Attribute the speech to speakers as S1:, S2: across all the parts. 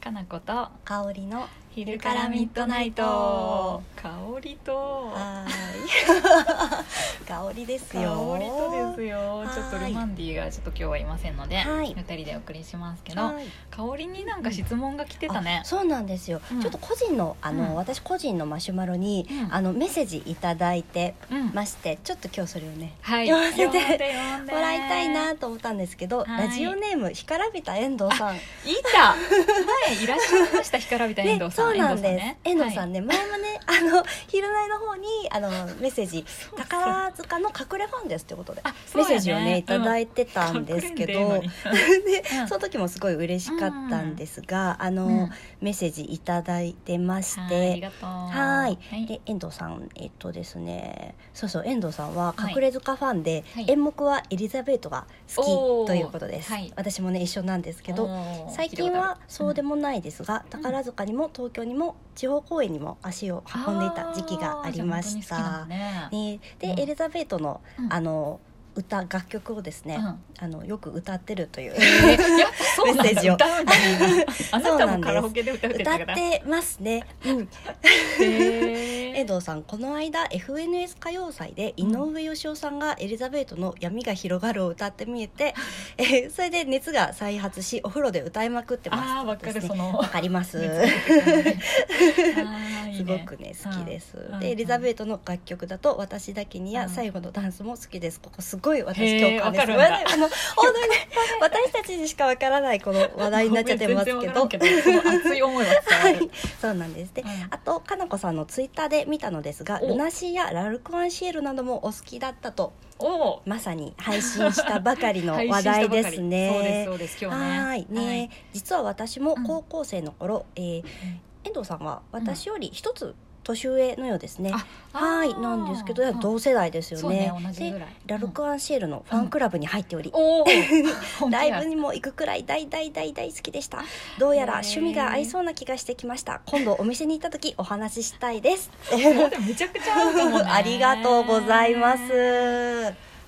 S1: かなこと
S2: 香りの
S1: 昼からミッドナイト香りと
S2: はーい 香りです
S1: 香
S2: よ
S1: りとですよ
S2: ーい
S1: ちょっとルマンディがちょっと今日はいませんので、
S2: はい
S1: 二人でお送りしますけど
S2: はい
S1: 香りになんか質問が来てたね
S2: あそうなんですよ、
S1: うん
S2: ちょっと個人のあの、
S1: うん
S2: 私個人のマシュマロに、
S1: うん
S2: あのメッセージいただいて
S1: うん
S2: ましてちょっと今日それをね
S1: はい
S2: 読ませて
S1: 読んで読ん
S2: も
S1: で
S2: らいたいなと思ったんですけど、
S1: はい
S2: ラジオネームひからびた遠藤さん
S1: いた前いらっしゃいました光らびた遠
S2: ね、
S1: 藤さ
S2: そ
S1: ん
S2: うなんです。遠藤さん
S1: ね
S2: ね、前もね、 あの、昼内の方に、あの、メッセージ。宝塚の隠れファンですってことで、
S1: はいあそ
S2: メ
S1: う
S2: ッ
S1: や
S2: セージをね、いただ
S1: う
S2: いてたんですけど。
S1: 隠れんでえ
S2: で
S1: うん
S2: その時もすごい嬉しかったんですが、あ
S1: え
S2: の、
S1: のにうん
S2: メッセージいただいてまし
S1: はいあり
S2: て。
S1: がとう
S2: はい
S1: はい
S2: で遠藤さんえっとですねそうそう遠藤さんは
S1: はい
S2: 隠れ塚ファンで、
S1: はい
S2: 演目はエリザベートが好
S1: お
S2: き
S1: ー
S2: ということです、
S1: はい
S2: 私もね一緒なんですけど
S1: おー
S2: 最近はそうで
S1: も
S2: もないですが、宝塚にも東京にも地方公演にも足を運んでいた時期がありました。
S1: ね
S2: ね、で、
S1: うん
S2: エリザベートの
S1: うん
S2: あの歌楽曲をですね、
S1: うん
S2: あのよく歌ってる という
S1: やっぱそうなん
S2: メッセージを
S1: だ歌うんだみんなあ
S2: そう
S1: な
S2: なんで
S1: たもカ
S2: す
S1: ラオケで歌うって
S2: 歌
S1: たか
S2: っ
S1: ら
S2: てますね。うん、
S1: へ
S2: 江
S1: ー
S2: 藤さんこの間 FNS 歌謡祭で井上芳雄さんが「エリザベートの闇が広がる」を歌ってみえて、えーそれで熱が再発しお風呂で歌いまくってます。
S1: あーわか
S2: で
S1: る
S2: す
S1: そ
S2: ね
S1: の
S2: わかります。す
S1: す
S2: ごくね好きです、
S1: うん
S2: でエリザベートの楽曲だと「私だけに」
S1: う
S2: や
S1: ん
S2: 最後のダンスも好きですここすごい私
S1: へー
S2: 共感です
S1: わかるんだ
S2: あの本当にね私たちにしかわからないこの話題になっちゃってますけど
S1: 熱い思いは伝わ
S2: は
S1: る
S2: いそうなんですで、
S1: うん
S2: あとかなこさんのツイッターで見たのですが
S1: お
S2: ルナシーやラルクアンシエルなどもお好きだったと
S1: おー
S2: まさに配信したばかりの
S1: 配信
S2: 話
S1: したばか
S2: 題
S1: り
S2: ですね
S1: そうですそうです今日ね
S2: はいね、
S1: はい
S2: 実は私も
S1: うん
S2: 高校生の頃、えー遠藤さんは私より一つ年上のようですね、
S1: あ
S2: はい
S1: あー
S2: なんですけど
S1: うん
S2: 同世代です
S1: そ
S2: よ
S1: うね
S2: ね
S1: 同じぐ
S2: で
S1: らい
S2: ラルクアンシエルのファンクラブに入っており、
S1: お ー本当
S2: ラ
S1: や
S2: イブにも行くくらい大大大大好きでしたどうやら
S1: へー
S2: 趣味が合いそうな気がしてきました今度お店に行った時お話ししたいです
S1: めちゃくちゃ合うかも ね
S2: ありがとうございます
S1: あ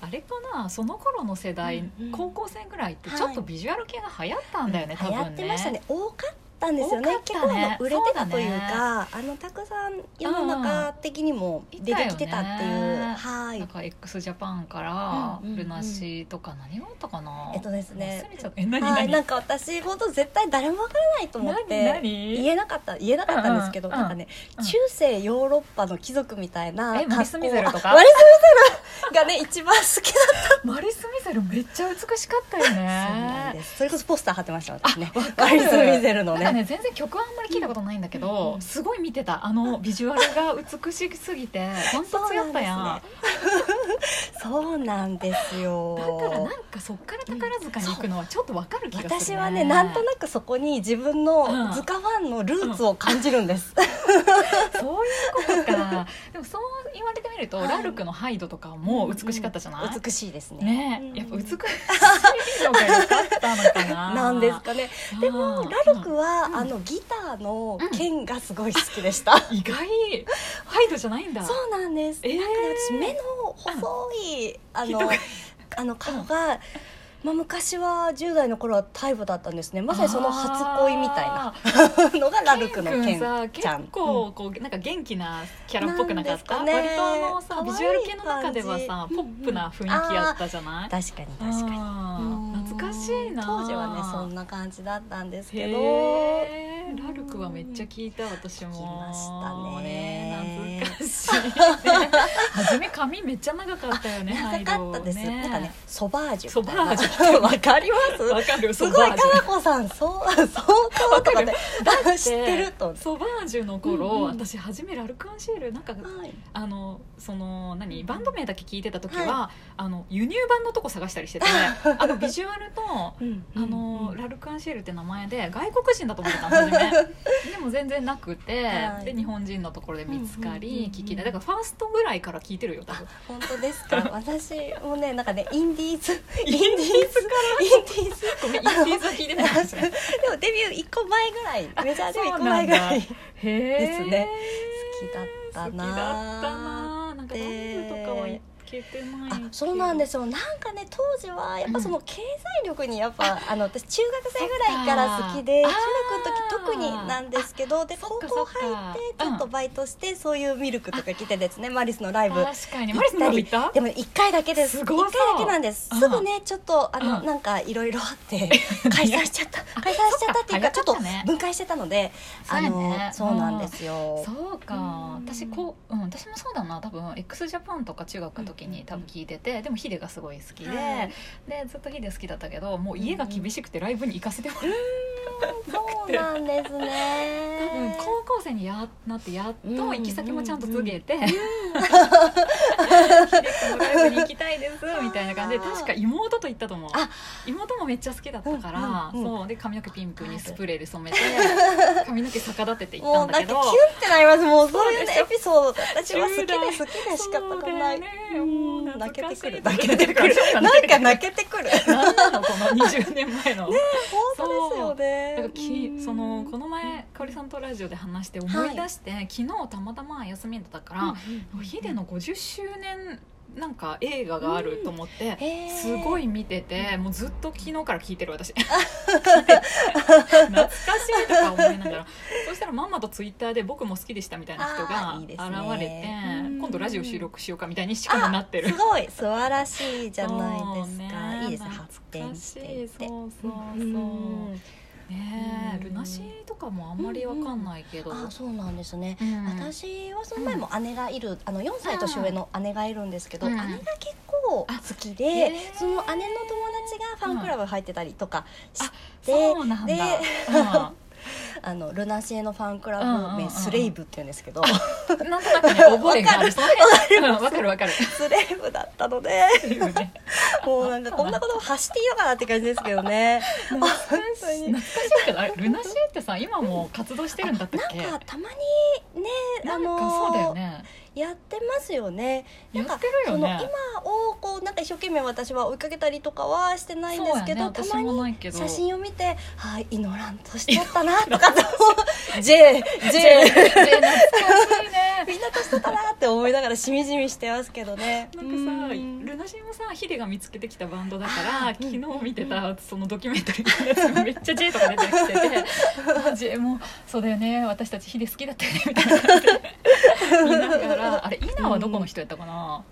S1: れかなその頃の世代、
S2: うんうん
S1: 高校生ぐらいってちょっとビジュアル系が流行ったんだよね、多
S2: 流
S1: 分ね
S2: 行ってましたね多かったんですよね
S1: 多か
S2: 結
S1: っ
S2: 構
S1: た
S2: あの
S1: ね
S2: 売れてたというかあのたくさん世の中的にも出てきてたっていう、
S1: うんいたよね
S2: はい
S1: なんか x ジャパンから
S2: うんうんうん
S1: ルナシーとか何があったかな、
S2: えっとですね
S1: 忘れちゃったえ何
S2: はい、
S1: 何
S2: なんか私本当絶対誰もわからないと思って
S1: 何何
S2: 言えなかった言えなかったんですけど、
S1: うんうん
S2: なんかね、
S1: うん
S2: 中世ヨーロッパの貴族みたいな
S1: えマリスミゼルとか
S2: あマリスミゼルがね一番好きだっ
S1: マリス・ミゼルめっちゃ美しかったよ
S2: たそうなん
S1: ね
S2: ですそれこそポスター貼ってました私ね
S1: か
S2: マ
S1: る
S2: リスミゼルの
S1: なんか
S2: ね
S1: ね全然曲はあんまり聞いたことないんだけ
S2: うんうん
S1: ど、
S2: うん
S1: すごい見てたあのビジュアルが美しすぎ てダントツやったやん
S2: そうなんですよ
S1: だからなんかそっから宝塚に行くのはちょっとわかる気がする、ね
S2: 私はねなんとなくそこに自分のズカファンのルーツを感じるんです、
S1: そういうことか でもそう言われてみると、
S2: はい
S1: ラルクのハイドとかも美しかったじゃない、
S2: 美しいですね
S1: ね
S2: うん
S1: えやっぱ美しいのが良かったのかな
S2: なんですかねでも
S1: うん
S2: ラルクは、
S1: うん
S2: あのギターの剣がすごい好きでした、
S1: 意外ハイドじゃないんだ
S2: そうなんです、
S1: えー
S2: なんかね私目の細いあのあの顔が、まあ、昔は10代の頃はタイプだったんですねまさにその初恋みたいな
S1: あ
S2: のがラルクの
S1: ーケン君
S2: 剣
S1: さ
S2: ちゃん
S1: 結構こうなんか元気なキャラっぽくなかった、
S2: なんですか
S1: 割
S2: ね
S1: とあのさビジュアル系の中では
S2: 可愛い感
S1: さ
S2: じ
S1: ポップな雰囲気あったじゃない、
S2: 確かに確かに
S1: あ
S2: う
S1: ー
S2: ん
S1: 懐かしいな
S2: 当時はねそんな感じだったんですけど
S1: へーラルクはめっちゃ聞いた私も
S2: 聞きました ね
S1: 懐かしいね初め髪めっちゃ長かったよね
S2: 長かったです、
S1: ハイドね
S2: なんかねソバージュ
S1: ソバージ
S2: ュわかりま
S1: わかる
S2: すす
S1: ソ
S2: ごい
S1: バ
S2: か
S1: ージュ
S2: なこさんそうそうそうとかね知ってると思って
S1: ソバージュの頃、
S2: うんうん
S1: 私初めラルクアンシエルなんか
S2: はい
S1: あのその何バンド名だけ聞いてた時は、あの輸入版のとこ探したり しててあのビジュアルとあのラルク・アンシエルって名前で外国人だと思ってたんですね でも全然なくて、
S2: はい
S1: で日本人のところで見つか
S2: うんうんうんうん
S1: り聞きなだからファーストぐらいから聞いてるよ多 分
S2: 本当で すか私もねなんかねインディーズインディーズインディーズ
S1: ごめんインディーズは聞いて ないかもしれない
S2: でもデビュー1個前ぐらいメジャーデビュー1個
S1: そうな
S2: 前
S1: ん
S2: ぐ
S1: だ
S2: らい好
S1: へ
S2: ですね
S1: え
S2: きだった
S1: 好きだった
S2: なー
S1: なーなんかドリルとかは行っ聞いてない
S2: あそうなんですすよなんかね当時はやっぱその経済力にやっぱ、あの私中学生ぐらいから好きで
S1: そ
S2: 中
S1: っか
S2: 学の時特になんですけどで
S1: そ
S2: 高
S1: っか
S2: 校
S1: そっ
S2: 入
S1: か
S2: ってちょっとバイトしてそういうミルクとか来てですねマリスのライブ
S1: 確かにマリスのライブ行った
S2: でも一回だけで
S1: す
S2: す一
S1: ご
S2: 回
S1: そう
S2: だけなんです
S1: うん
S2: すぐねちょっとあの、
S1: うん
S2: なんかいろいろあって 解散しちゃった解散しちゃったっていうかちょ
S1: そっか早かっ
S2: っと
S1: たね
S2: 分解してたので
S1: そう
S2: あ
S1: や
S2: の
S1: ね
S2: そうなんですよ
S1: そうか
S2: うん
S1: 私こう、うん、私もそうだな多分 x ジャパンとか中学の時
S2: うんう
S1: に
S2: ん
S1: 多分聞いててでもヒデがすごい好きで、
S2: はい
S1: でずっとヒデ好きだったけどもう家が厳しくてライブに行かせてもらう
S2: そうなんですね
S1: 多分高校生にやなってやっと行き先もちゃんと告げて「ヒデとライブに行きたいです」みたいな感じで確か妹と行ったと思う
S2: あ
S1: 妹もめっちゃ好きだったから、
S2: うんうんうん
S1: そうで髪の毛ピンクにスプレーで染めて髪の毛逆立てて行った
S2: も
S1: ん
S2: う
S1: だ
S2: な
S1: け
S2: んかキ
S1: ど
S2: ュンってなりますもうそうい
S1: そうで
S2: うね
S1: しょ
S2: エピソードが私は好きで
S1: 10代
S2: 好きで仕方がな
S1: そうだよ
S2: い
S1: ね
S2: うん
S1: もう
S2: 泣けてくる
S1: 懐
S2: 泣
S1: かしい
S2: けてくる
S1: そうだね
S2: なんか泣けてくる
S1: 何なのこの20年前の。
S2: 本当ですよね
S1: だからき
S2: うん
S1: そのこの前かおりさんとラジオで話して思い出して、昨日たまたま休みだったか
S2: うん
S1: ら、ヒデの50周年なんか映画があると思って、
S2: へー
S1: すごい見ててもうずっと昨日から聞いてる 私懐かしいとか思いなが らそしたらまんまとツイッターで僕も好きでしたみたいな人
S2: あーいいですね
S1: が現れて
S2: うん
S1: 今度ラジオ収録しようかみたいにしかもなってる
S2: あすごい素晴らしいじゃないですか、
S1: そうね
S2: いいですね発展していて
S1: 懐かしいそうそうそう、
S2: うん
S1: ね
S2: う
S1: え
S2: ん
S1: ルナシーとかもあんまりわかんないけど、
S2: あそうなんですね、
S1: うん
S2: 私はその前も姉がいる、あの4歳年上の姉がいるんですけど、
S1: うん
S2: 姉が結構好きで、
S1: あへー
S2: その姉の友達がファンクラブ入ってたりとかして、
S1: そうなんだ、
S2: で
S1: う
S2: あのルナシエのファンクラブ
S1: うんうんう
S2: 名、
S1: ん
S2: スレイブって言うんですけど、
S1: ん、なんとなくね覚えがあるその辺うん わかるわかる
S2: スレイブだったの で
S1: 懐か
S2: もうなんかこんなことを発していいのかなって感じですけどね当
S1: しい懐
S2: に
S1: かしいけどあれルナシーってさ今も活動してるんだったっけ
S2: なんかたまにね
S1: な
S2: あ
S1: ん
S2: の
S1: かそうだよね
S2: やってますよね
S1: や
S2: なんか
S1: ってるよね
S2: その今をこうなんか一生懸命私は追いかけたりとかはしてないんですけど、
S1: そうやね
S2: た
S1: 私
S2: ま
S1: もない
S2: に
S1: けど
S2: 写真を見て「はいイノランとしちゃったな」とかと J
S1: J
S2: J
S1: 懐かしいね
S2: みんなとしちゃったなって思いながらしみじみしてますけどね。
S1: なんかさ、
S2: うん
S1: ルナシーもさヒデが見つけてきたバンドだか
S2: あ
S1: ら
S2: ー
S1: 昨日見てたそのドキュメンタリーのやつもめっちゃ J とか出てきて てあ J もそうだよね私たちヒデ好きだったよねみたいな感じで見なが らあれイナはどこの人やったかな、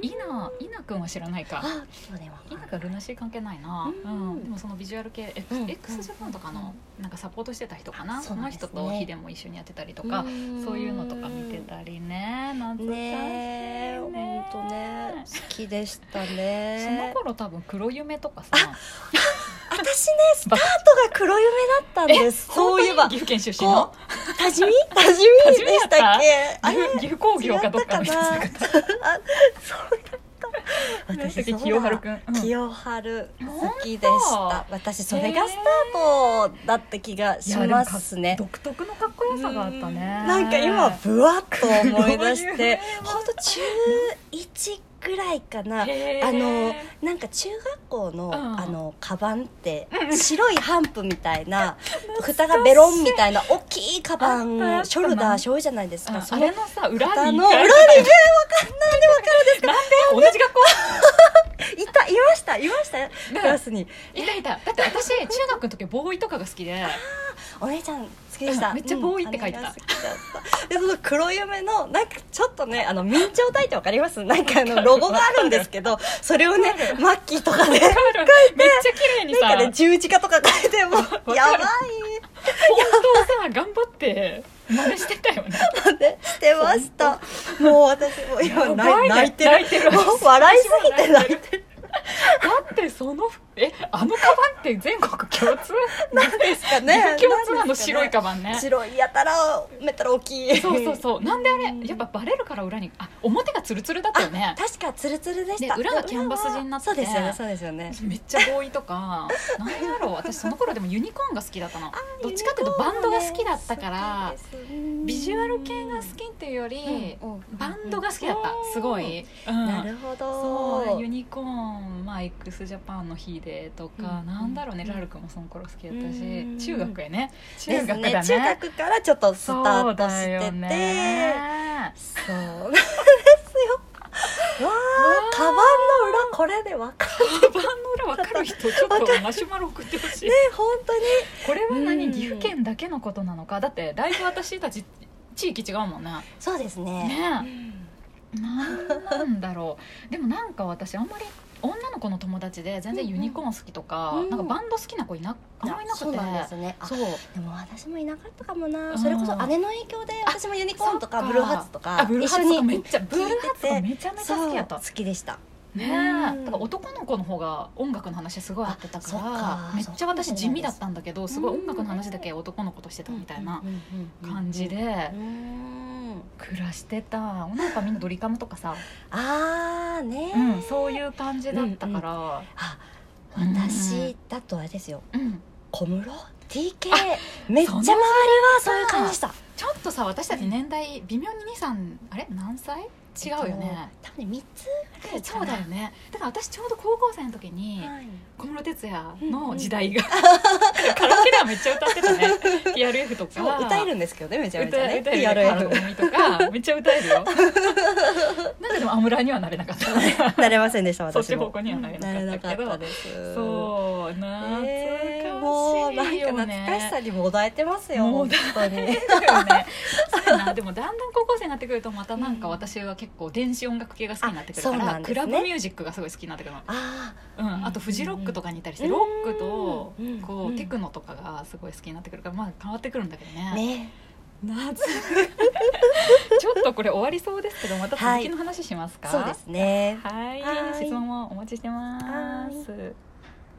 S1: イナイナくんは知らないか
S2: あそうでも
S1: イナくんルナシー関係ないな、う
S2: うんん
S1: でもそのビジュアル系 X,、
S2: うん
S1: x ジャパンとかのなんかサポートしてた人かな
S2: あ
S1: そ
S2: そうなん
S1: の
S2: です
S1: 人
S2: ね
S1: とヒデも一緒にやってたりとか、
S2: ん
S1: そういうのとか見てたりね懐かしい
S2: ねえ
S1: ね
S2: 本当ね好きでしたね
S1: その頃多分黒夢とかさ
S2: 私ねスタートが黒夢だったんですそういえば
S1: 岐阜県出身の
S2: こう多治見多治
S1: 多治
S2: 見
S1: 見
S2: で
S1: だ
S2: し
S1: った
S2: たっけあ
S1: 岐
S2: れ
S1: 阜岐阜工業かどっかの
S2: 違っ
S1: 人だ
S2: たか
S1: っ
S2: な
S1: た
S2: あそうだった私そうだ
S1: 清春くん、うん
S2: 清春好きでした私それがスタートだった気がします
S1: いや
S2: ね
S1: でもか独特のかっこよさがあったね
S2: なんか今ぶわっと思い出し
S1: 黒夢
S2: て本当中1ぐらいかな
S1: へー
S2: あのなんか中学校の、
S1: ん
S2: あのカバンって白いハンプみたいな蓋がベロンみたいな大きいカバ
S1: あったあっ
S2: ン
S1: た
S2: ショルダー醤油じゃないです
S1: あ
S2: か
S1: あ
S2: その
S1: れのさ裏に
S2: 蓋
S1: 一
S2: の裏
S1: 回
S2: にね
S1: なんで同じ学校
S2: いたいましたいましたクラスに
S1: いたいただって私 中学の時ボーイとかが好きで
S2: お姉ちゃん好きでした、
S1: うんめっちゃボーイって書いてた
S2: うんあれが好きだったでその黒夢のなんかちょっとねあの明朝体ってわかりますなんかあのロゴがあるんですけどそれをねマッキーとかで、ね、
S1: めっちゃ綺麗にさ
S2: なんかね
S1: 本
S2: 十字架とか書いても
S1: る
S2: うやばい
S1: 当さ頑張って真似してた よね
S2: ってしてましたもう私もう今
S1: やばいね
S2: 泣泣いて
S1: 泣いてる
S2: るもう笑いすぎて泣いてる
S1: だってそのえあのカバンって全国共通なんです
S2: かね
S1: 共通なの白いカバンね
S2: 白いやたらめったら大きい
S1: そうそうそうなんであれやっぱバレるから裏にあ表がツルツルだったよね
S2: 確かツルツルでした
S1: で裏がキャンバス地になって
S2: そうですよねそうですよね
S1: めっちゃボーイとかなんやろう私その頃でもユニコーンが好きだったのどっちかっていうとバンドが好きだったからビジュアル系が好きっていうより
S2: うんうん
S1: バンドが好きだった
S2: うん
S1: すごい
S2: な
S1: うん
S2: るほど
S1: そうユニコーンまあ x ジャパンのヒデとか
S2: うん
S1: なんだろうねラルクもその頃好きだった
S2: うん
S1: し中学やね中
S2: です
S1: 学だ
S2: ね
S1: ね
S2: 中学からちょっとスタ
S1: そ
S2: ー
S1: う
S2: ト
S1: だ
S2: して
S1: よ
S2: て
S1: ね
S2: そうなんですよあカバンの裏これでわかる
S1: カバンの裏わかる人ちょっとマシュマロ送ってほ しい、
S2: ね本当に
S1: これは何、
S2: うん
S1: 岐阜県だけのことなのかだってだいぶ私たち地域違うもんね
S2: そうですねう
S1: ね
S2: ん
S1: なんなんだろうでもなんか私あんまり女の子の友達で全然ユニコーン好きとか、
S2: うんうん
S1: なんかバンド好きな子いなあんまりいなくて
S2: そうなんですねあ
S1: そう
S2: でも私もいなかったかもな、
S1: うん
S2: それこそ姉の影響で私もユニコーンと
S1: あ
S2: か
S1: そっか
S2: ブルーハーツとか
S1: あブルーハーツとかめっちゃブルーハーツとかめちゃめちゃ
S2: そう
S1: 好きやった
S2: 好きでした
S1: ね
S2: う
S1: え
S2: ん
S1: だから男の子の方が音楽の話すごい合ってたか
S2: あ
S1: ら
S2: そ
S1: め
S2: っ
S1: っ
S2: か
S1: ちゃ私地味だったんだけど
S2: そう
S1: す
S2: かも
S1: ごい
S2: しれない
S1: 音楽の話だけ男の子としてたみたいな感じで
S2: うん
S1: 暮らしてたなんかみんなドリカムとかさ、
S2: ああね、
S1: うん、そういう感じだったから
S2: あ
S1: うん
S2: 私だとあれですよ
S1: うん、
S2: 小室 TK めっちゃ
S1: その
S2: 周りはそういう感じでした
S1: ちょっとさ私たち年代微妙に23あれ何歳違うよね、
S2: 多分ね3つぐらいかな
S1: そうだよねだから私ちょうど高校生の時に
S2: はい
S1: 小室哲哉の時代が、 カラオケではめっちゃ歌ってたね TRF とか
S2: そう歌えるんですけどねめちゃめちゃね
S1: 歌え歌えるよカ
S2: TRF
S1: ラオケとかめっちゃ歌えるよなんででもアムラにはなれなかったね
S2: なれませんでした私
S1: そ
S2: も
S1: っち方向にはなれなかったけど
S2: なれなかったです
S1: そう懐かしいよね、
S2: えーもうなんか懐かしさにもだえてますよ
S1: も
S2: 本
S1: う
S2: 当に
S1: だよねそうやな でもだんだん高校生になってくるとまたなんか私は結構電子音楽系が好きになってくるか
S2: あそうな
S1: ら、
S2: ん
S1: ク
S2: ですね
S1: ラブミュージックがすごい好きになってくるの、
S2: あ
S1: うん、あとフジロックとかにいたりして
S2: うん
S1: ロックと
S2: うん
S1: こ
S2: う
S1: うんテクノとかがすごい好きになってくるからまあ変わってくるんだけどね
S2: あね
S1: 夏 ちょっとこれ終わりそうですけどまた続きの話しますか、
S2: そうですね
S1: はい
S2: はい
S1: 質問もお待ちしてます